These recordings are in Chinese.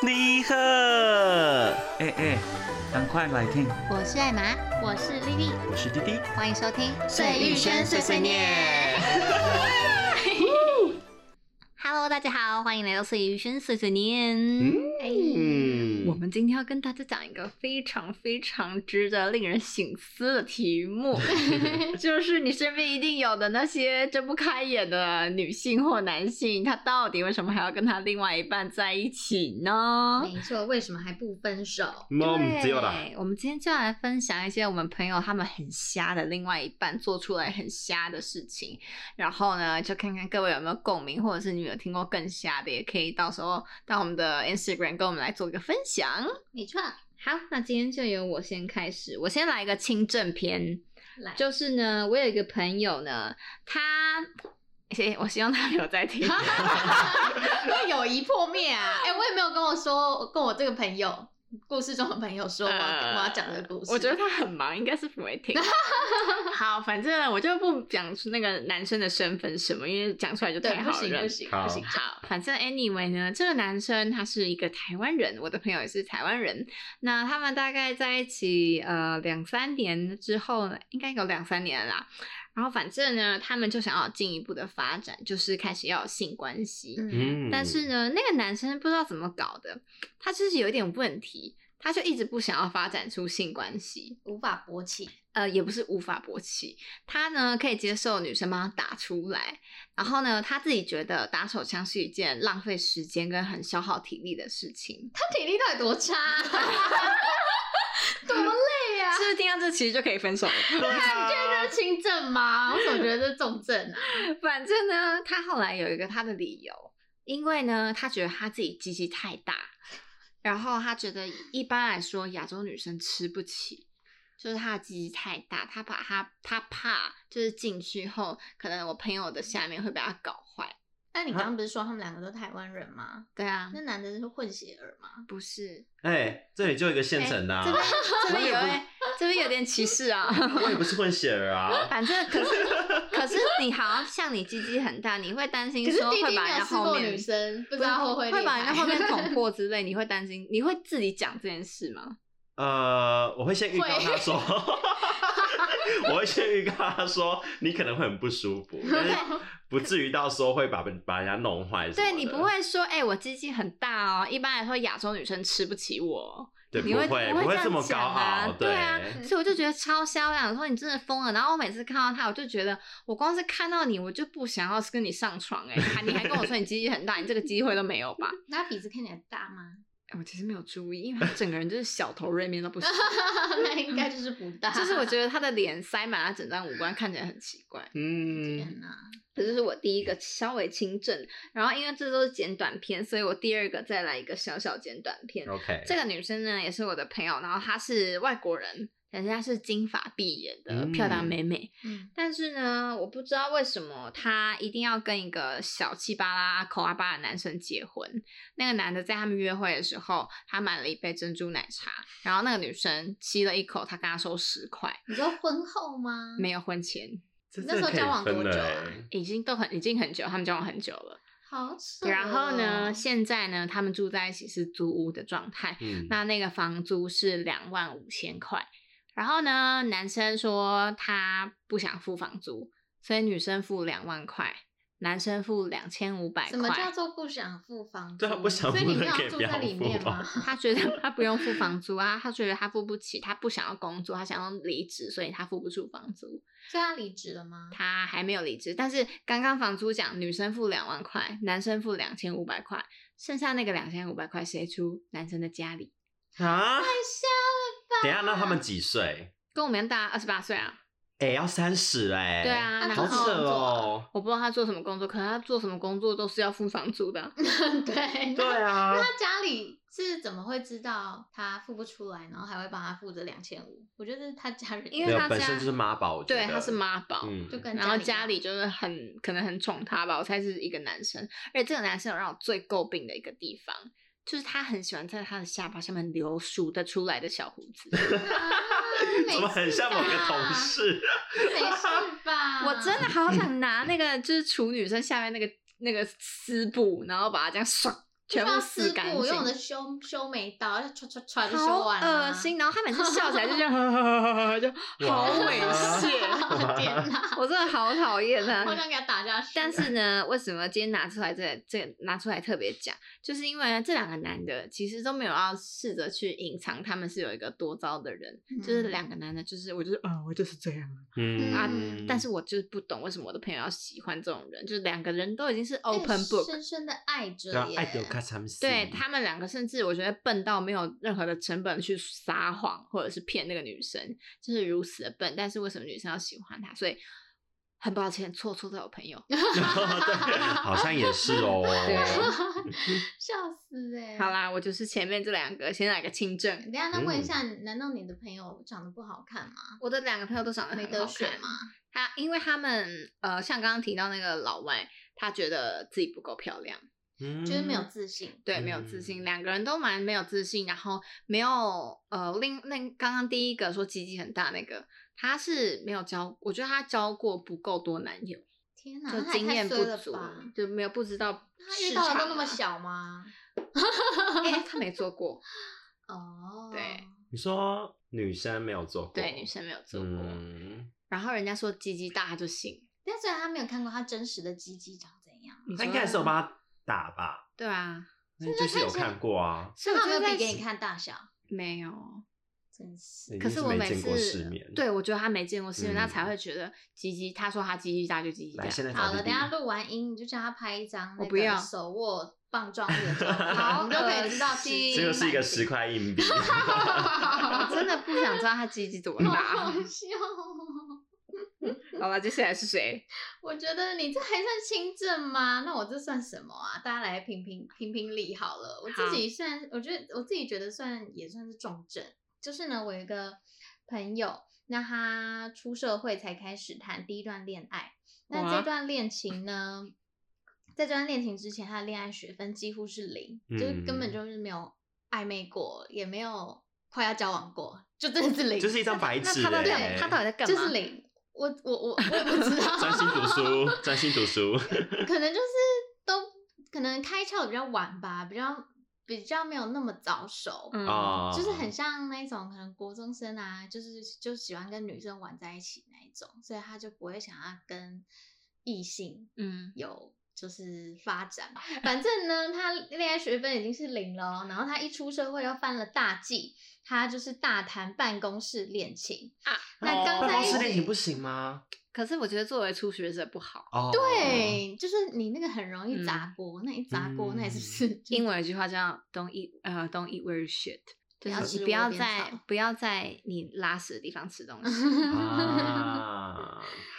你好，哎哎，赶快来听，我是艾玛，我是丽丽，我是滴滴。欢迎收听《碎玉轩碎碎念》。 Hello，大家好，欢迎来到《碎玉轩碎碎念》。哎嗯我们今天要跟大家讲一个非常非常值得令人醒思的题目，就是你身边一定有的那些睁不开眼的女性或男性，他到底为什么还要跟他另外一半在一起呢？没错，为什么还不分手？梦只有啦，对，我们今天就来分享一些我们朋友他们很瞎的另外一半做出来很瞎的事情，然后呢，就看看各位有没有共鸣，或者是你有听过更瞎的，也可以到时候到我们的 Instagram 跟我们来做一个分享。没错，好，那今天就由我先开始，我先来一个清正篇。来，就是呢，我有一个朋友呢，他，诶我希望他没有在 听。为友谊破 灭啊！哎、我也没有跟我说，跟我这个朋友，故事中的朋友说我要、我要讲这个故事。呃嗯我觉得他很忙，应该是不会听。 好，反正我就不讲出那个男生的身份是什么，因为讲出来就对，太不好行认不。行好不行，好，反正 anyway 呢，这个男生他是一个台湾人，我的朋友也是台湾人。那他们大概在一起呃两三年之后呢，应该有两三年了啦。然后反正呢，他们就想要有进一步的发展，就是开始要有性关系。嗯，嗯但是呢，那个男生不知道怎么搞的，他就是有一点问题，他就一直不想要发展出性关系，无法勃起，呃，也不是无法勃起，他呢可以接受女生帮他打出来，然后呢他自己觉得打手枪是一件浪费时间跟很消耗体力的事情，他体力到底多差、啊？多累啊！是不是听到这其实就可以分手了？对啊，是轻症吗？我总觉得这是重症啊。反正呢，他后来有一个他的理由，因为呢，他觉得他自己鸡鸡太大，然后他觉得一般来说亚洲女生吃不起，就是他的鸡鸡太大，他把他他怕就是进去后，可能我朋友的下面会被他搞坏。但你刚刚不是说他们两个都台湾人吗？对啊，那男的是混血儿吗？不是哎，这里就有一个现成的啊这， 边这边有我也不哎，这边有点歧视啊。 我也不是混血儿啊。反正可是可是你好像像你鸡鸡很大，你会担心可是说弟会弟把没人有家试后过面女生，不知道会不会会把厉人害家后 面 捅破之类，你会担心，你会自己讲这件事吗？呃，我会先预告他说， 我会先预告他说，你可能会很不舒服，但是不至于到时候会把把人家弄坏什么的。对你不会说，哎、我鸡鸡很大哦。一般来说，亚洲女生吃不起我，对，你不会不会会样这么高讲啊傲，对啊，嗯所以我就觉得超销量，说你真的疯了。然后我每次看到他，我就觉得，我光是看到你，我就不想要跟你上床、哎，还你还跟我说你鸡鸡很大，你这个机会都没有吧？那鼻子看起来大吗？ 哎我其实没有注意，因为他整个人就是小头锐面到不行，那应该就是不大。 就是我觉得他的脸塞满他整张五官，看起来很奇怪。嗯，天哪，这就是我第一个稍微轻症，然后因为这都是简短篇，所以我第二个再来一个小小简短篇。 OK，这个女生呢也是我的朋友，然后她是外国人，人家是金发碧眼的嗯漂亮妹妹，嗯，但是呢，我不知道为什么她一定要跟一个小气巴拉、口阿巴的男生结婚。那个男的在他们约会的时候，他买了一杯珍珠奶茶，然后那个女生吸了一口，他跟他收十块，你说婚后吗？没有婚前，这那时候真的可以交往多分了久啊欸已经都很已经很久，他们交往很久了。好扯哦。然后呢，现在呢，他们住在一起是租屋的状态，嗯，那那个房租是两万五千块。然后呢，男生说他不想付房租，所以女生付两万块，男生付两千五百什么叫块。做不想付房租？对啊不想所以你付们的可以要住不要在里面付啊吗？ 他觉得他不用付房租啊，他觉得他付不起，他不想要工作，他想要离职，所以他付不出房租。所以他离职了吗？他还没有离职，但是刚刚房租讲女生付两万块，男生付两千五百块，剩下那个两千五百块谁出？男生的家里。啊，太瞎等一了吧！下，那他们几岁？跟我们一样大二十八岁啊。哎、要三十哎，对，啊，那然好他扯后是哦，我不知道他做什么工作，可能他做什么工作都是要付房 租的啊。 对对啊，那家里是怎么会知道他付不出来，然后还会帮他付这两千五？我觉得是他家人，因没为有他本家身就是妈宝，我觉对，得他是，妈宝。嗯，就跟然后一样家里就是很可能很宠他吧，我猜是一个男生。而且这个男生有让我最诟病的一个地方，就是他很喜欢在他的下巴下面留数得出来的小胡子。 啊 怎么很像某个啊同？事？没事吧？ 我真的好想拿那个就是处女生下面那个那个丝布，然后把它这样刷全就部像撕撕干布净，用的修修眉刀，要唰唰唰就修好完恶了。 心。然后他每次笑起来就这样，呵呵呵呵呵就好哇猥亵，啊我的天哪，我真的好讨厌 他。好想给他打下去。但是呢，为什么今天拿出来这这拿出来特别讲，就是因为呢这两个男的其实都没有要试着去隐藏他们是有一个多糟的人，就是嗯两个男的，就是我就是啊、我就是这样啊，嗯啊但是我就是不懂为什么我的朋友要喜欢这种人，就是两个人都已经是哎 open book，、深深的爱着对啊耶，爱丢卡参事， 对他 们两个，甚至我觉得笨到没有任何的成本去撒谎或者是骗那个女生，就是如此的笨。但是为什么女生要喜欢他？所以很抱歉，错错在我朋友。对，好像也是哦。对笑死哎、好，啦，我就是前面这两个，先来个清正。等一下那嗯问一下，难道你的朋友长得不好看吗？我的两个朋友都长得嗯没很得好选看吗？？他因为他们呃，像刚刚提到那个老外，他觉得自己不够漂亮，嗯就是没有自信。对，没有嗯自信，两个人都蛮没有自信，然后没有呃，另那刚刚第一个说鸡鸡很大那个，他是没有交，我觉得他交过不够多男友，天哪，就他啊也经太验衰不了足吧？，就没有不知道他遇市到的场都那么啊，小吗？ 哎，他没做过，哦，对，你说女生没有做过，对，女生没有做过，嗯，然后人家说鸡鸡大他就信，但虽然他没有看过他真实的鸡鸡长怎样，你他说应该是有帮他打吧？对啊，那就是有看过啊。所以他没有在比给你看大小，没有，真是已。可经是是我没每见过世次面对我觉得他没见过世面，他嗯才会觉得鸡鸡，他说他鸡鸡大就鸡鸡大来，，现在找好了，弟弟等一下录完音你就叫他拍一张我那不要个手握 棒状物的照片，好你就可恶以知道其这又心个 实是一个十块硬币，我真的不想知道他鸡鸡怎么 好大好。笑哦。 好了，接下来是谁？我觉得你这还算轻症吗？那我这算什么啊？大家来评评评评理好了。我好自己算，我觉得我自己觉得算也算是重症。就是呢，我有一个朋友，那他出社会才开始谈第一段恋爱，那哇这段恋情呢，在这段恋情之前，他的恋爱学分几乎是零，就是根本嗯就是没有暧昧过，也没有快要交往过，就真的是零，就是一张白纸那他到底欸他到底在干嘛？就是零。我我我我也不 知道，专心读书，专心读书。可能就是都可能开窍比较晚吧，比较比较没有那么早熟，嗯啊，就是很像那种可能国中生啊，就是就喜欢跟女生玩在一起那一种，所以他就不会想要跟异性嗯，哦有。就是发展，反正呢，他恋爱学分已经是零了哦，然后他一出社会又犯了大忌，他就是大谈办公室恋情啊那刚办在公一室恋起情不行吗？可是我觉得作为初学者不好，哦，，对，就是你那个很容易砸锅，那一砸锅，那也是不是就英文有句话叫 “Don't eat”，呃，“Don't eat where you shit”，不就要是吃你不要窝边在草不要在你拉屎的地方吃东 西，啊，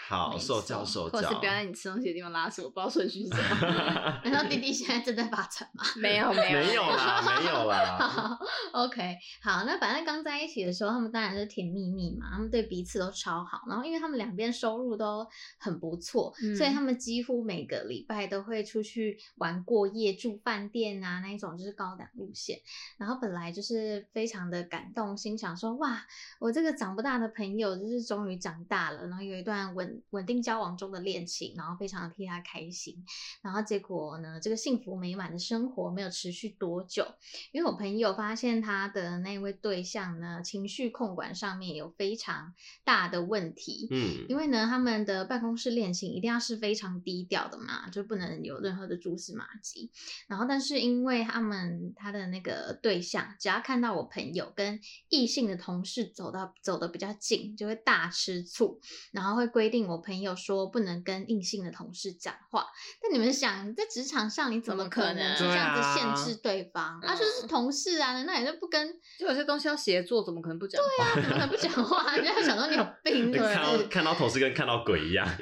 好，没受错教受或者教是不要 在你吃东西的地方拉屎。我不知道顺序是 什么，难道弟弟现在正在发展吗？没有没有没有啦，没有 啦， OK，好，那反正刚在一起的时候，他们当然是甜蜜蜜嘛，他们对彼此都超好。然后因为他们两边收入都很不错，嗯所以他们几乎每个礼拜都会出去玩过夜，住饭店啊那一种，就是高档路线。然后本来就是非常的感动，心想说哇，我这个长不大的朋友就是终于长大了，然后有一段稳稳定交往中的恋情，然后非常地替他开心。然后结果呢，这个幸福美满的生活没有持续多久，因为我朋友发现他的那位对象呢，情绪控管上面有非常大的问题。嗯，因为呢，他们的办公室恋情一定要是非常低调的嘛，就不能有任何的蛛丝马迹。然后，但是因为他们他的那个对象，只要看到我朋友跟异性的同事走到走的比较近，就会大吃醋，然后会规定我朋友说不能跟异性的同事讲话。但你们想，在职场上你怎怎么么可可能能去对这样子啊限制对方？啊，就是同事啊，难道你就不跟 啊就有些东西要协作，怎么可能不讲？对啊他怎么可能不讲话？ 人家会想说你有病，你对不看对到？看到同事跟看到鬼一样，啊，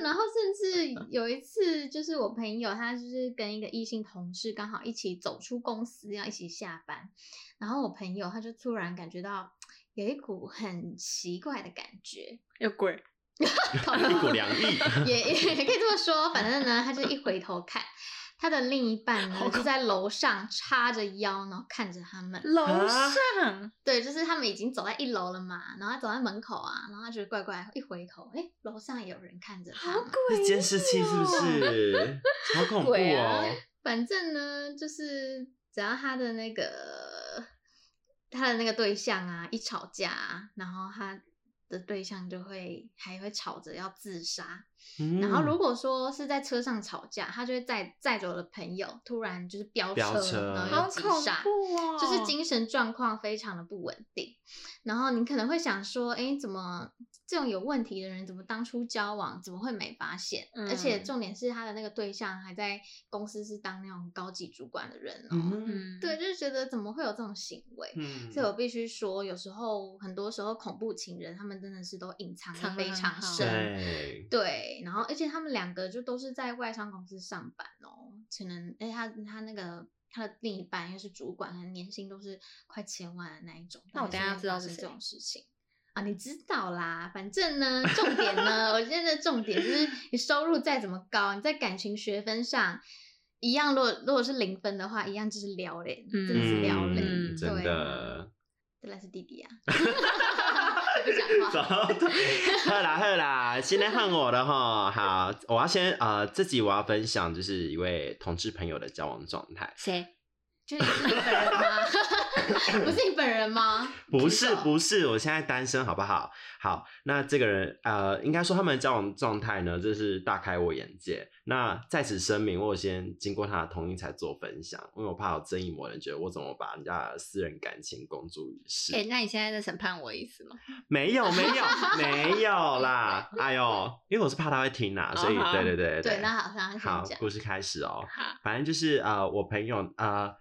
然后甚至有一次，就是我朋友他就是跟一个异性同事刚好一起走出公司，要一起下班，然后我朋友他就突然感觉到有一股很奇怪的感 觉， 有鬼，啊一股凉意，也 也可以这么说，反正呢，他就一回头看。他的另一半呢，就在楼上叉着腰，然后看着他们。楼啊上对，就是他们已经走在一楼了嘛，然后他走在门口啊，然后他觉得怪怪，一回头，哎，楼上有人看着他好们。鬼，监视器是不？是？好恐怖鬼啊哦！反正呢，就是只要他的那个他的那个对象啊，一吵架、啊，然后他的对象就会还会吵着要自杀。然嗯后如果说是在车上吵架，他就会载载着我的朋友突然就是飙飙车然后好有急恐刹，怖哦！就是精神状况非常的不稳定。然后你可能会想说，哎，怎么这种有问题的人，怎么当初交往，怎么会没发现？而且嗯重点是他的那个对象还在公司是当那种高级主管的人哦。嗯嗯，对，，就是觉得怎么会有这种行为？嗯所以我必须说，有时候很多时候恐怖情人他们真的是都隐藏的藏得非很常好深，对，对，然后而且他们两个就都是在外商公司上班哦，可能哎他他那个他的另一半又是主管，可能年薪都是快千万的那一种。那我但等下是会知道发是生谁这种事情啊，你知道啦。反正呢，重点呢， 我觉得重点就是你收入再怎么高，你在感情学分上一样，如果如果是零分的话，一样就是撩嘞，真的是撩嘞。嗯真对的啊。再来是弟弟啊， 不讲走话。， 好啦好啦，现在换我了哈。好，我要先呃，自己我要分享就是一位同志朋友的交往状态，谁？就是你是你本人吗？不是你本人吗？不举是手不是，我现在单身好不好？好，那这个人呃，应该说他们的交往状态呢，这是大开我眼界。那在此声明，我有先经过他的同意才做分享，因为我怕有正义魔人觉得我怎么把人家的私人感情公诸于世。哎，那你现在在审判我意思吗？没有没 有没有啦，哎呦，因为我是怕他会听啦，所以哦好对对对对，那好，那好先讲，。故事开始哦。好，反正就是呃，我朋友呃，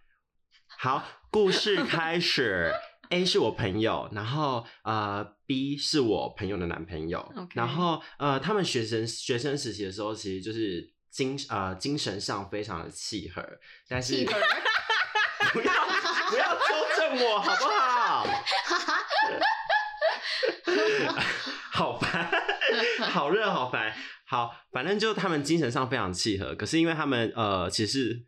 好，故事开始。A 是我朋友，然后呃 B 是我朋友的男朋友 OK 然后呃他们学生学生时期的时候，其实就是精呃精神上非常的契合，但是气氛不要不要纠正我好不好？好烦，好热，好烦。好，反正就他们精神上非常契合，可是因为他们呃，其实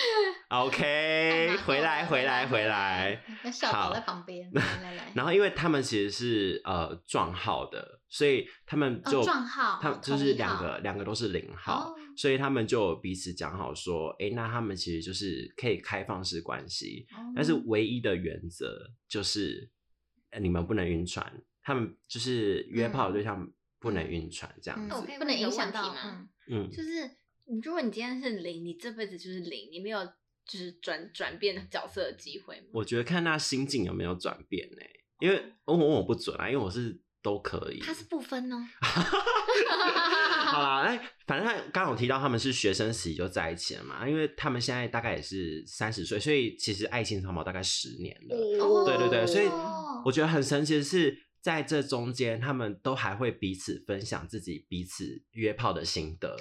OK，回哎来，回来，回来。，那笑好宝在旁边，来来来，然后因为他们其实是呃撞号的，所以他们就、哦撞号他们就同是一两号个两个都是零号，哦所以他们就有彼此讲好说，诶，那他们其实就是可以开放式关系，但哦是唯一的原则就是，呃你们不能晕船，他们就是约炮的对象不能晕船这样嗯子那我。可以不问能一个影响问题到吗嗯嗯，就是你如果你今天是零，你这辈子就是零，你没有就是转转变角色的机会吗？我觉得看他心境有没有转变呢、因为我哦我我不准啊，因为我是都可以。他是不分哦，好啦，哎，反正他刚刚有提到他们是学生时期就在一起了嘛，因为他们现在大概也是三十岁，所以其实爱情长跑大概十年了。哦对对对所以哦我觉得很神奇的是，在这中间，他们都还会彼此分享自己彼此约炮的心 得。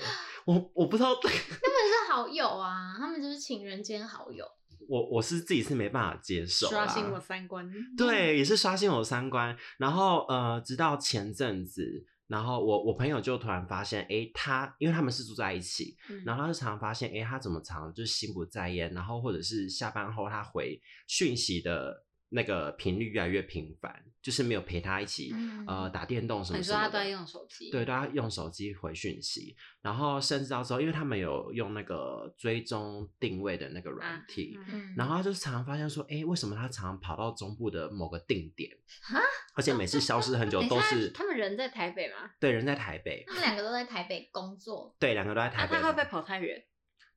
我我不知道， 他们是好友啊，他们就是情人间好友，我我是自己是没办法接受啦。三观。对，也是刷新我三观。然后呃，直到前阵子，然后我我朋友就突然发现，诶，他因为他们是住在一起，嗯，然后他就常常发现，诶，他怎么常就是心不在焉，然后或者是下班后他回讯息的那个频率越来越频繁，就是没有陪他一起。嗯呃，打电动什么哦你什说么他的。都在用手机，啊对，，大家用手机回讯息，然后甚至到时候，因为他们有用那个追踪定位的那个软啊体，嗯然后他就常常发现说，哎、为什么他常常跑到中部的某个定点， 而且每次消失很久等一都下是他们人在台北吗？对人在台北，他们两个都在台北工作，对，两个都在啊，台北，他会不会跑太远？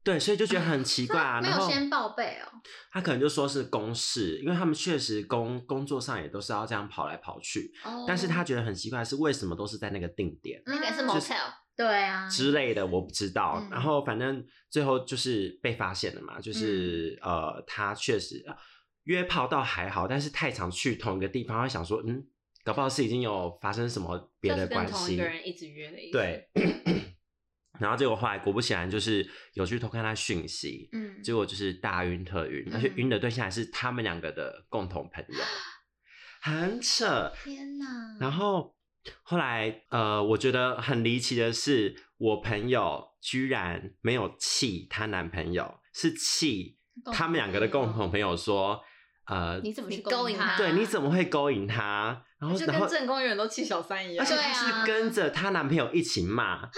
对，所以就觉得很奇怪 啊。没然有后先报备哦，他可能就说是公事，因为他们确实工工作上也都是要这样跑来跑去，哦但是他觉得很奇怪是为什么都是在那个定点。那那个个是是某 motel，嗯对啊，之类的，我不知道。嗯然后反正最后就是被发现了嘛，就是、呃，他确实呃约炮倒还好，但是太常去同一个地方，会想说，嗯，搞不好是已经有发生什么别就的是跟关同一系个，人一直约的意思。对。 然后结果后来果不其然，就是有去偷看他讯息，嗯，结果就是大晕特晕，而且嗯晕的对象还是他们两个的共同朋 友，很扯。天哪，然后后来，呃，我觉得很离奇的是，我朋友居然没有气她男朋友，是气共他们两个的同共同朋友说，呃，你怎啊么去你勾引他？他啊对，你怎么会勾引她？然后，哦就然后跟，正宫永远都气小三一而样且。对她啊是跟着她男朋友一起骂，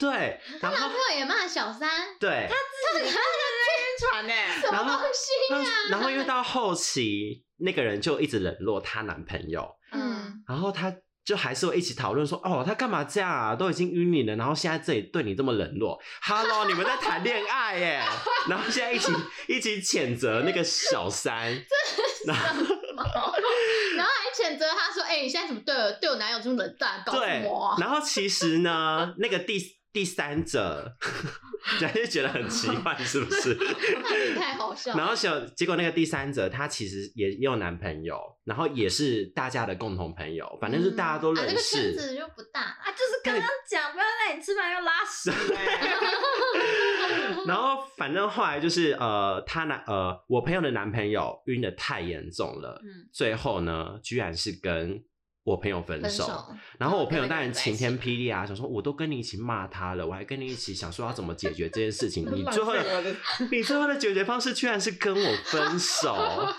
对，她然后男朋友也骂小三，对，自己在那边传呢、什么然后东西那啊？ 然后因为到后期那个人就一直冷落她男朋友，嗯，然后她就还是会一起讨论说，哦，他干嘛这样啊？都已经晕你了，然后现在这里对你这么冷落，Hello，你们在谈恋爱耶？然后现在一起一起谴责那个小三，然后然后还谴责她说：“哎、你现在怎么对我对我男友这么冷淡，搞什对么啊、，然后其实呢，那个第第三者， 人家就觉得很奇怪，是不是？那你太好笑了。然后小结果那个第三者，她其实也也有男朋友，然后也是大家的共同朋友，反正是大家都啊，这认个圈识。子就不大啦。啊，就是刚刚讲不要在你吃饭又拉屎、欸，然后反正后来就是呃，她男呃，我朋友的男朋友晕的太严重了，嗯，最后呢，居然是跟我朋友分手，然后我跟朋友那个当人然在一晴起天霹雳啊，想说我都跟你一起骂他了，我还跟你一起想说要怎么解决这件事 情，你最后浪费我的的你最后的解决方式居然是跟我分手， 哎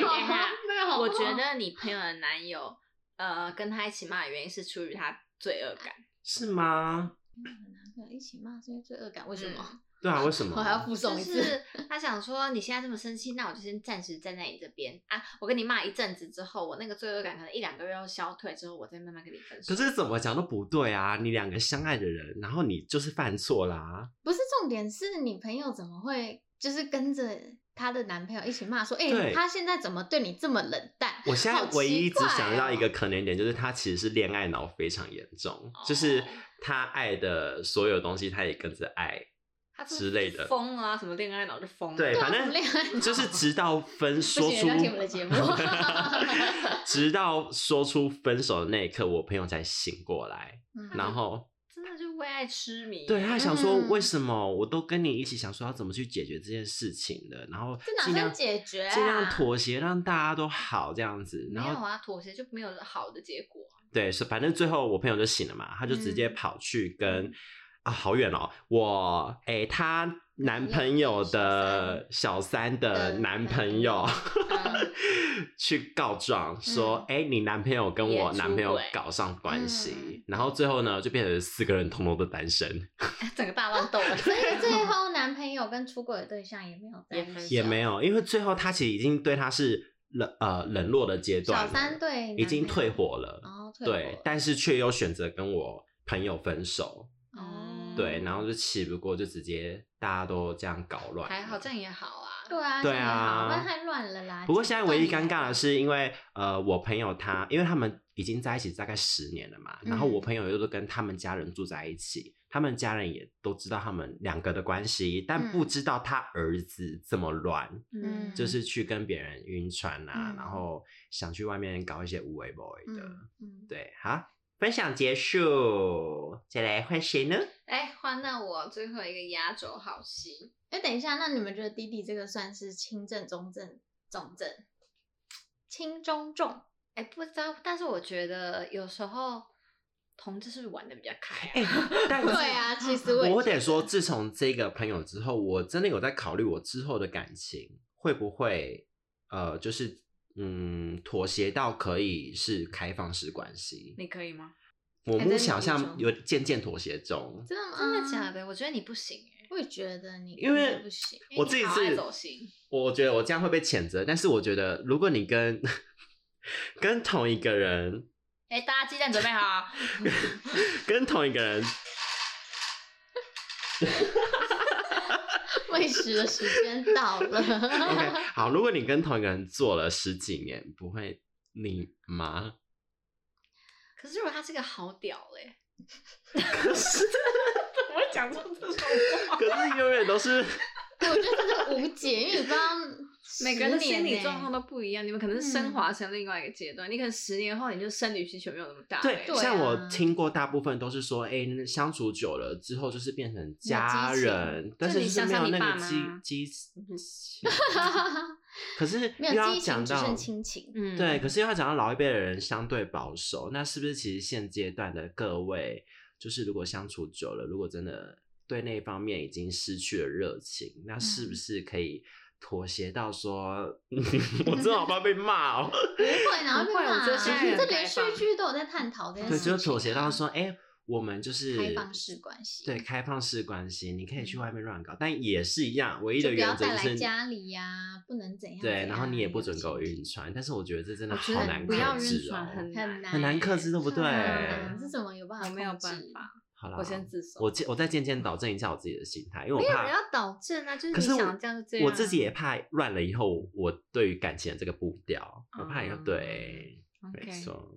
等一下没有， 我觉得你朋友的男友，呃，跟他一起骂的原因是出于他罪恶感，是吗？对一起骂这些罪恶感，为什么？对啊，为什么？我还要附就送一次。是他想说你现在这么生气，那我就先暂时站在你这边啊，我跟你骂一阵子之后，我那个罪恶感可能一两个月后消退之后，我再慢慢跟你分手。可是怎么讲都不对啊！你两个相爱的人，然后你就是犯错啦。不是重点是你朋友怎么会就是跟着她的男朋友一起骂说，哎、对她现在怎么对你这么冷淡？我现在好奇唯一只怪想到一哦个可怜点，就是他其实是恋爱脑非常严重，哦就是他爱的所有东西，他也跟着爱。他之类的疯啊，什么恋爱脑就疯了。对，啊反怎么恋爱脑正就是直到分说行出人家 听我的节目 直到说出分手的那一刻，我朋友才醒过来，嗯然后真的就为爱痴迷。啊对他想说，嗯为什么我都跟你一起想说要怎么去解决这件事情的，然后这哪尽量算解决啊尽量妥协，让大家都好这样子，没然有后啊，妥协就没有好的结果。 对，是反正最后我朋友就醒了嘛，他就直接嗯跑去跟、啊好远哦，我诶、她男朋友的小三的呃男朋友。 嗯去告状说，哎、你男朋友跟也我出男朋友轨搞上关系，嗯然后最后呢，就变成四个人通通都单身，整个大乱斗了。 所以最后男朋友跟出轨的对象也没有在也一分起啊手也没有，因为最后他其实已经对他是冷呃冷落的阶段小了，三对已经退火，火了，然后哦退对，但是却又选择跟我朋友分手，哦，对，然后后就气不过，就直接大家都这样搞乱，还好，这样也好啊。对啊，对这样也好啊不然太乱了啦。不过现在断唯一也尴尬好的是，因为呃，我朋友他，因为他们已经在一起大概十年了嘛，然后嗯我朋友又都跟他们家人住在一起，他们家人也都知道他们两个的关系，但不嗯知道他儿子这么乱，嗯就是去跟别人晕船啊，然嗯后想去外面搞一些无为 boy 的，嗯嗯，对，好，分享结束，再来换谁呢？哎，换到我最后一个压轴好戏，哎，等一下，那你们觉得弟弟这个算是轻症、中症、重症？轻中重，哎，不知道，但是我觉得有时候同志是不是玩的比较开啊？哎、但是对 啊，其实我也我觉得说，自从这个朋友之后，我真的有在考虑我之后的感情会不会，呃，就是嗯，妥协到可以是开放式关系。你可以吗？我还在目前好努力像中有渐渐妥协中，真的吗？真的假？的？我觉得你不行哎，我也觉得你因应为该不行，因为我你自己好爱是走心，我觉得我这样会被谴责，但是我觉得如果你跟跟同一个人，哎，大家鸡蛋准备好啊，跟同一个人， 喂食的时间到 了。OK，好，如果你跟同一个人做了十几年，不会腻吗？ 可是如果他是个好屌欸嘞，可是怎么会讲出这种话？可是永远都是。对我觉得这个无解，因为你不知道每个人的10年心理呢状况都不一样，你们可能是升华成另外一个阶段，你可能十年后你就生理需求没有那么大欸了、对，对像我啊听过大部分都是说，哎、那相处久了之后就是变成家激情人，但就是你就是想没有想你那爸个妈激啊激嗯情。可是 没又有要激情，讲只到剩 亲情。嗯对，可是又要讲到老一辈的人相对保守，那是不是其实现阶段的各位，就是如果相处久了，如果真的对那一方面已经失去了热情，那是不嗯是可以妥协到说， 我真的好怕被骂哦。不会，然后不会我觉得现在啊这很连开续放剧都有在探讨这件对，事情就啊。是妥协到说，哎、我们就是开放式关系对，开放式关系，你可以去嗯外面乱搞，但也是一样，唯一就的不原要则带就来是家里呀，不能怎样对，怎然后你也样不有准给我禁忌晕船，但是我觉得这真的我觉好得难不克要制晕船哦很很难很难克制，对不对？啊这怎么有办法？我没有办。法，好啦，我先自首。我见我再渐渐导正一下我自己的心态，因为没我有怕人要导正啊，就是可你是我想这样就这样。啊我自己也怕乱了以后，我对于感情的这个步调，我怕以后哦嗯对，没 OK，错，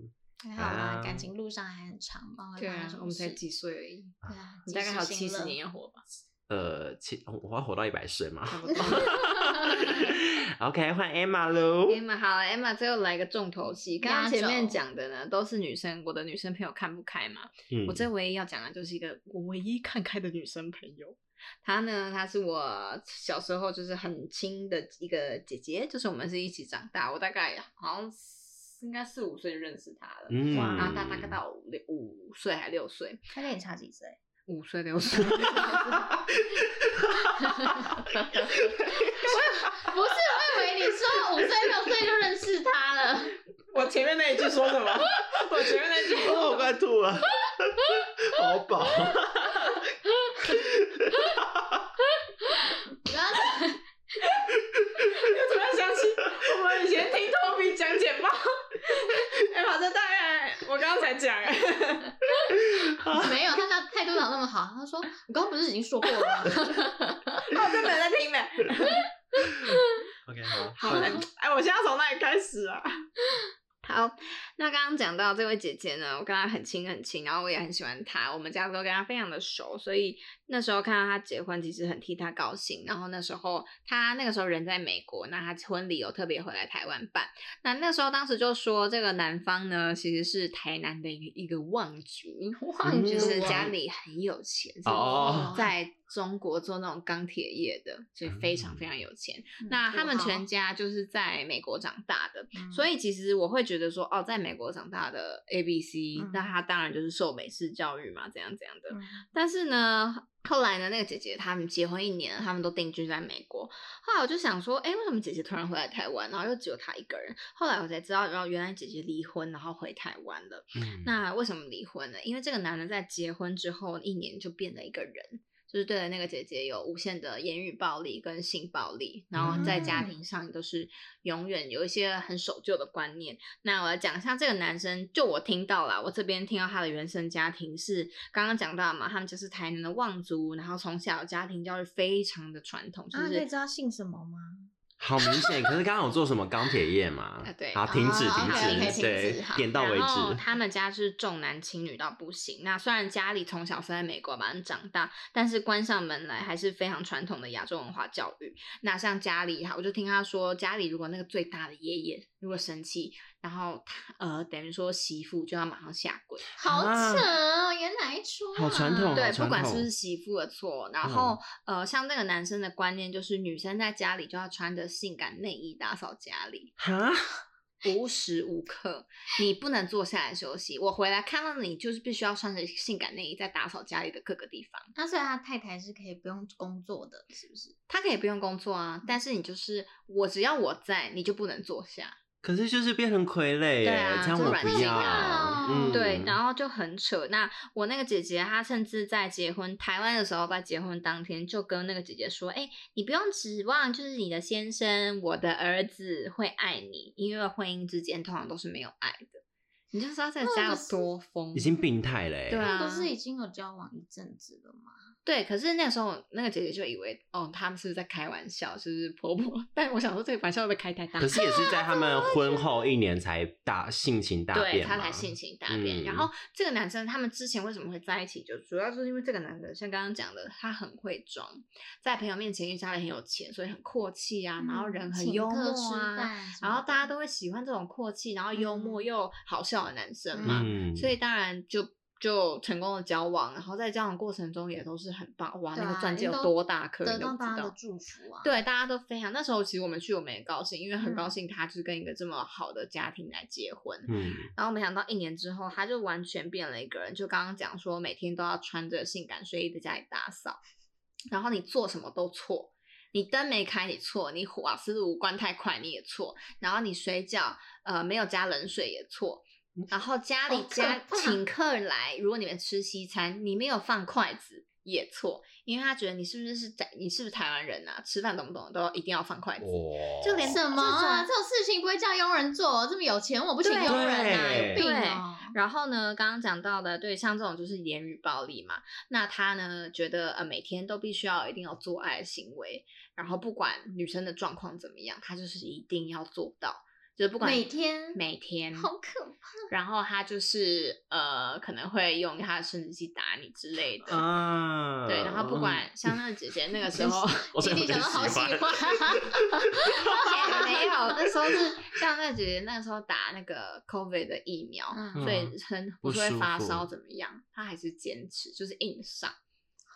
还好啦，哎感啊情路上还很长嘛。对会发生啊什，么我们才事几岁而已，对啊，你大概还有及七时行十乐年。要活吧，呃，其我我要活到一百 岁嘛。差不多。 OK，换 Emma 喽。 Emma 好了，Emma 最后来一个重头戏。刚压刚前面轴讲的呢，都是女生，我的女生朋友看不开嘛。嗯我这唯一要讲的就是一个我唯一看开的女生朋友。她呢，她是我小时候就是很亲的一个姐姐，就是我们是一起长大。我大概好像四应该四五岁就认识她了，嗯哇，然后她大概到五六五岁还六岁，他跟你差几岁？ 五岁 六岁。 不是，我以为你说五岁六岁就认识他了。我前面那一句说什么？我前面那一句哦，我快吐了，好 饱。然后突然想起我们以前听托比讲简报， 哎、欸，这大概我刚才 讲， 哦 没有，他那态度长那么好，他说我刚刚不是已经说过了吗？ 我真的在听呢。 OK，好，好换了，哎，我现在要从哪里开始啊？ 好，那刚刚讲到这位姐姐呢，我跟她很亲很亲，然后我也很喜欢她，我们家都跟她非常的熟，所以那时候看到她结婚，其实很替她高兴。然后那时候她那个时候人在美国，那她婚礼有特别回来台湾办。那那时候当时就说，这个男方呢其实是台南的一个一个望族，嗯望族就是啊家里很有钱，是哦在中国做那种钢铁业的，所以非常非常有钱。嗯那他们全家就是在美国长大的，所以以其实我会觉得说，哦，在美国长大的 A B C，、嗯那他当然就是受美式教育嘛，怎样怎样的。但是呢，后来呢，那个姐姐他们结婚一年了，他们都定居在美国。后来我就想说，哎、为什么姐姐突然回来台湾，然后又只有她一个人？后来我才知道，然后原来姐姐离婚，然后回台湾了。嗯那为什么离婚呢？因为这个男的在结婚之后一年就变了一个人，就是对了那个姐姐有无限的言语暴力跟性暴力，然后在家庭上都是永远有一些很守旧的观念。那我来讲一下这个男生，就我听到啦，我这边听到他的原生家庭是刚刚讲到嘛，他们就是台南的望族，然后从小家庭教育非常的传统，就啊，是可以知道姓什么吗？好明显。可是刚刚有做什么钢铁业嘛啊？对好，停止，哦停好可以可以止，停止对好，点到为然后止。他们家是重男轻女到不行。那虽然家里从小是在美国把人长大，但是关上门来还是非常传统的亚洲文化教育。那像家里哈，我就听他说，家里如果那个最大的爷爷如果生气，然后他呃等于说媳妇就要马上下跪。好啊扯哦，原来一出啊好传统哦对，传不管是不统嗯是媳妇的错，然后、呃，像那个男生的观念就是，女生在家里就要穿着性感内衣打扫家里，哈，无时无刻你不能坐下来休息。我回来看到你，就是必须要穿着性感内衣在打扫家里的各个地方。那所以他太太是可以不用工作的，是不是？他可以不用工作啊，但是你就是我，只要我在，你就不能坐下。可是就是变成傀儡耶对啊，这样就我软不禁要啊。嗯，对，然后就很扯。那我那个姐姐，她甚至在结婚台湾的时候，在结婚当天就跟那个姐姐说：“哎、你不用指望就是你的先生，我的儿子会爱你，因为婚姻之间通常都是没有爱的。”你就知道这个那家有个是多疯，啊已经病态嘞。对啊他们不是已经有交往一阵子了吗？对，可是那时候那个姐姐就以为，哦，他们是不是在开玩笑，就是婆婆。 但我想说，这个玩笑会不会开太大可？是也是在他们婚后一年才大性情大对变嘛，她才性情大嗯变。然后这个男生他们之前为什么会在一起，就主要就是因为这个男的像刚刚讲的，他很会装，在朋友面前因为家里很有钱，所以很阔气啊，然后人很嗯请幽客默吃啊，饭什然么后的大家都会喜欢这种阔气，然后幽默嗯又好笑的男生嘛。嗯，所以当然就就成功的交往，然后在交往过程中也都是很棒哇，对那啊个钻戒因有为都多大颗，得你都到不大知家的道。祝福啊。，对，大家都非常。那时候其实我们去，我们也高兴，因为很高嗯兴他就是跟一个这么好的家庭来结婚。嗯，然后没想到一年之后，他就完全变了一个人。就刚刚讲说，每天都要穿着性感睡衣在家里打扫，然后你做什么都错，你灯没开你错，你瓦斯炉关太快你也错，然后你水饺呃没有加冷水也错。然后家里嗯好可家怕请客来，如果你们吃西餐，你没有放筷子也错，因为他觉得你是不是是在你是不是台湾人啊？吃饭懂不懂都要一定要放筷子。哇，就连什么啊？这这种事情不会叫佣人做，哦这么有钱我不请佣人啊，对有病哦！然后呢，刚刚讲到的，对，像这种就是言语暴力嘛。那他呢，觉得呃每天都必须要一定要做爱的行为，然后不管女生的状况怎么样，他就是一定要做到，就是不管每天每天好可怕，然后他就是呃，可能会用他的生殖器打你之类的。啊，对，然后不管像那个姐姐那个时候，我弟真的弟很讲的好喜喜欢， 哎没有，那时候是像那个姐姐那个时候打那个 COVID 的疫苗，嗯所以嗯很不不是会舒发服烧怎么样，她还是坚持就是硬上。嗯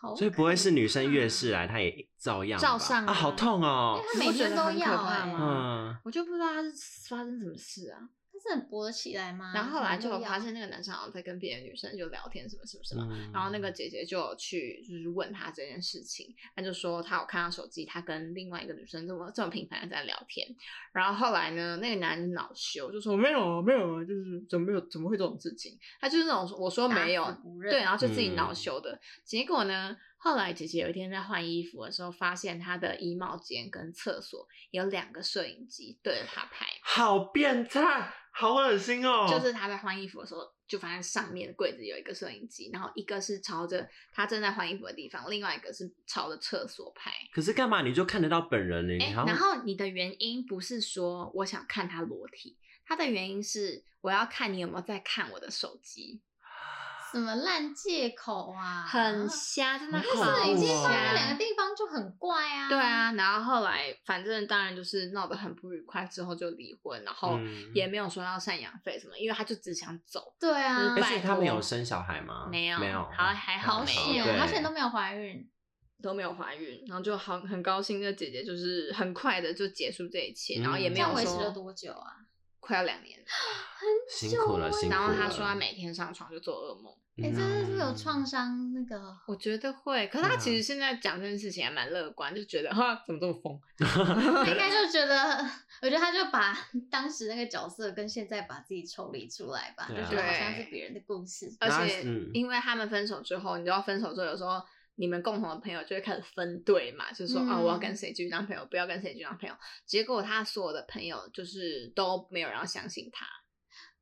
好所以不会是女生越月事来，她也照样照吧上啊，啊好痛哦因为，他每天都你不觉得很要可怕哎，吗嗯，我就不知道她是发生什么事啊。他是很勃得起来吗？然后后来就什么有嗯都要发，现那个男生好像在跟别的女生就聊天什么什么什么，嗯然后那个姐姐就有去就是问他这件事情，他就说他有看到手机，他跟另外一个女生这么这么频繁的在聊天。然后后来呢，那个男的恼羞就说没有啊没有啊，就是怎么没有怎么会这种事情？他就是那种我说没打有死，不认对，然后啊就自己嗯恼羞的。结果呢，后来姐姐有一天在换衣服的时候，发现她的衣帽间跟厕所有两个摄影机对着她拍。好变态，好恶心哦，就是他在换衣服的时候，就发现上面的柜子有一个摄影机，然后一个是朝着他正在换衣服的地方，另外一个是朝着厕所拍。可是干嘛你就看得到本人呢？哎，你好像然后你的原因不是说我想看他裸体，他的原因是我要看你有没有在看我的手啊机，什么烂借口啊，很瞎，真的好恐怖摄很影机哦放在两瞎个。地方就很怪啊，对，啊，然后后来反正当然就是闹得很不愉快，之后就离婚，然后嗯也没有说要赡养费什么，因为他就只想走。对啊而且哎，拜他们托有生小孩吗？没有没有，好还好哦好没险有，对而且都没有怀孕，都没有怀孕，然后就好很高兴，这姐姐就是很快的就结束这一切，嗯然后也这没样有维持了说多久啊？快要两年，辛苦了，辛苦了。然后她说她每天上床就做噩梦，哎，真的是有嗯创伤那 个，我觉得会，可是对啊她其实现在讲这件事情还蛮乐观，就觉得哈怎么这么疯，他应该就觉得，我觉得他就把 当时那个角色跟现在把自己抽离出来吧，就对啊觉得好像是别人的故事。而那且嗯因为他们分手之后，你知道分手之后有时候。你们共同的朋友就会开始分队嘛，就是说、嗯啊，我要跟谁继续当朋友，不要跟谁继续当朋友。结果她所有的朋友就是都没有人要相信她，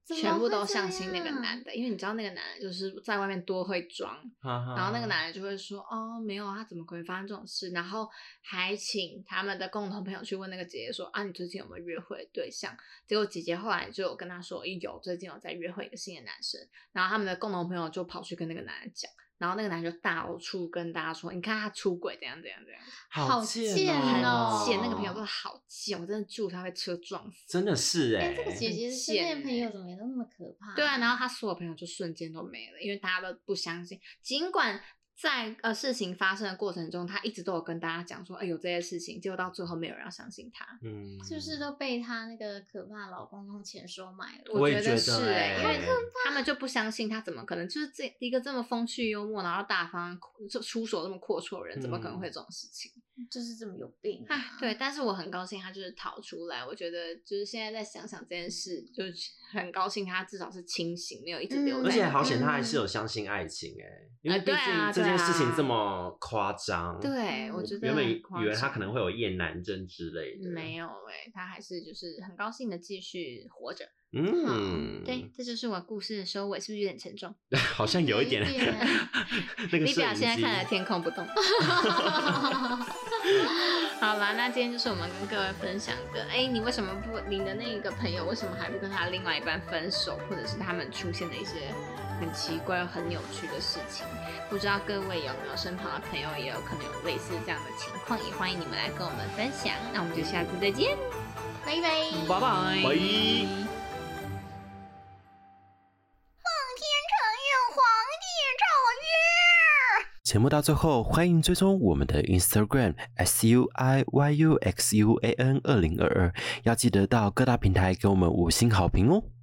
怎么全部会都这相信那个样男的，因为你知道那个男的就是在外面多会装，然然后那个男的就会说：“哦，没有啊，他怎么可能发生这种事？”然后还请他们的共同朋友去问那个姐姐说：“啊，你最近有没有约会的对象？”结果姐姐后来就有跟他说：“有，最近有在约会一个新的男生。”然后他们的共同朋友就跑去跟那个男的讲，然后那个男的就到处跟大家说：“你看他出轨，怎样怎样怎样，好好贱哦哦，很贱。”那个朋友真的好贱，我真的祝他被车撞死。真的是哎，哎、这个姐姐的身边很朋贱友欸怎么也都那么可怕、对啊，然后他所有朋友就瞬间都没了，因为大家都不相信。尽管在呃事情发生的过程中，他一直都有跟大家讲说，哎、有这些事情，结果到最后没有人要相信他。嗯，是不是都被她那个可怕的老公用钱收买了？我也觉觉得得是欸因为他们就不相信他，怎么可能就是这一个这么风趣幽默，然后大方就出手这么阔绰的人，怎么可能会有这种事情？ 就是这么有病、哎、啊。对，但是我很高兴他就是逃出来，我觉得就是现在在想想这件事，就是很高兴他至少是清醒，没有一直留嗯在。而且好险，他还嗯是有相信爱情哎，因为呃毕对啊竟这件对啊事情这么夸张，对，我觉得原本很以夸为他张可能会有厌男症之类的，没，有哎、他还是就是很高兴的继续活着。嗯，对，，这就是我故事的收尾，是不是有点沉重？好像有一点有一点， 那个你摄表影啊现在机看着天空不动。 好啦，那今天就是我们跟各位分享的，哎、你为什么不？你的那个朋友为什么还不跟他另外一半分手，或者是他们出现的一些很奇怪、很扭曲的事情？不知道各位有没有身旁的朋友也有可能有类似这样的情况，也欢迎你们来跟我们分享。那我们就下次再见，拜拜。拜拜拜应皇帝诏曰。节目到最后，欢迎追踪我们的 Instagram S U I Y U X U A N 二零二二，要记得到各大平台给我们五星好评哦。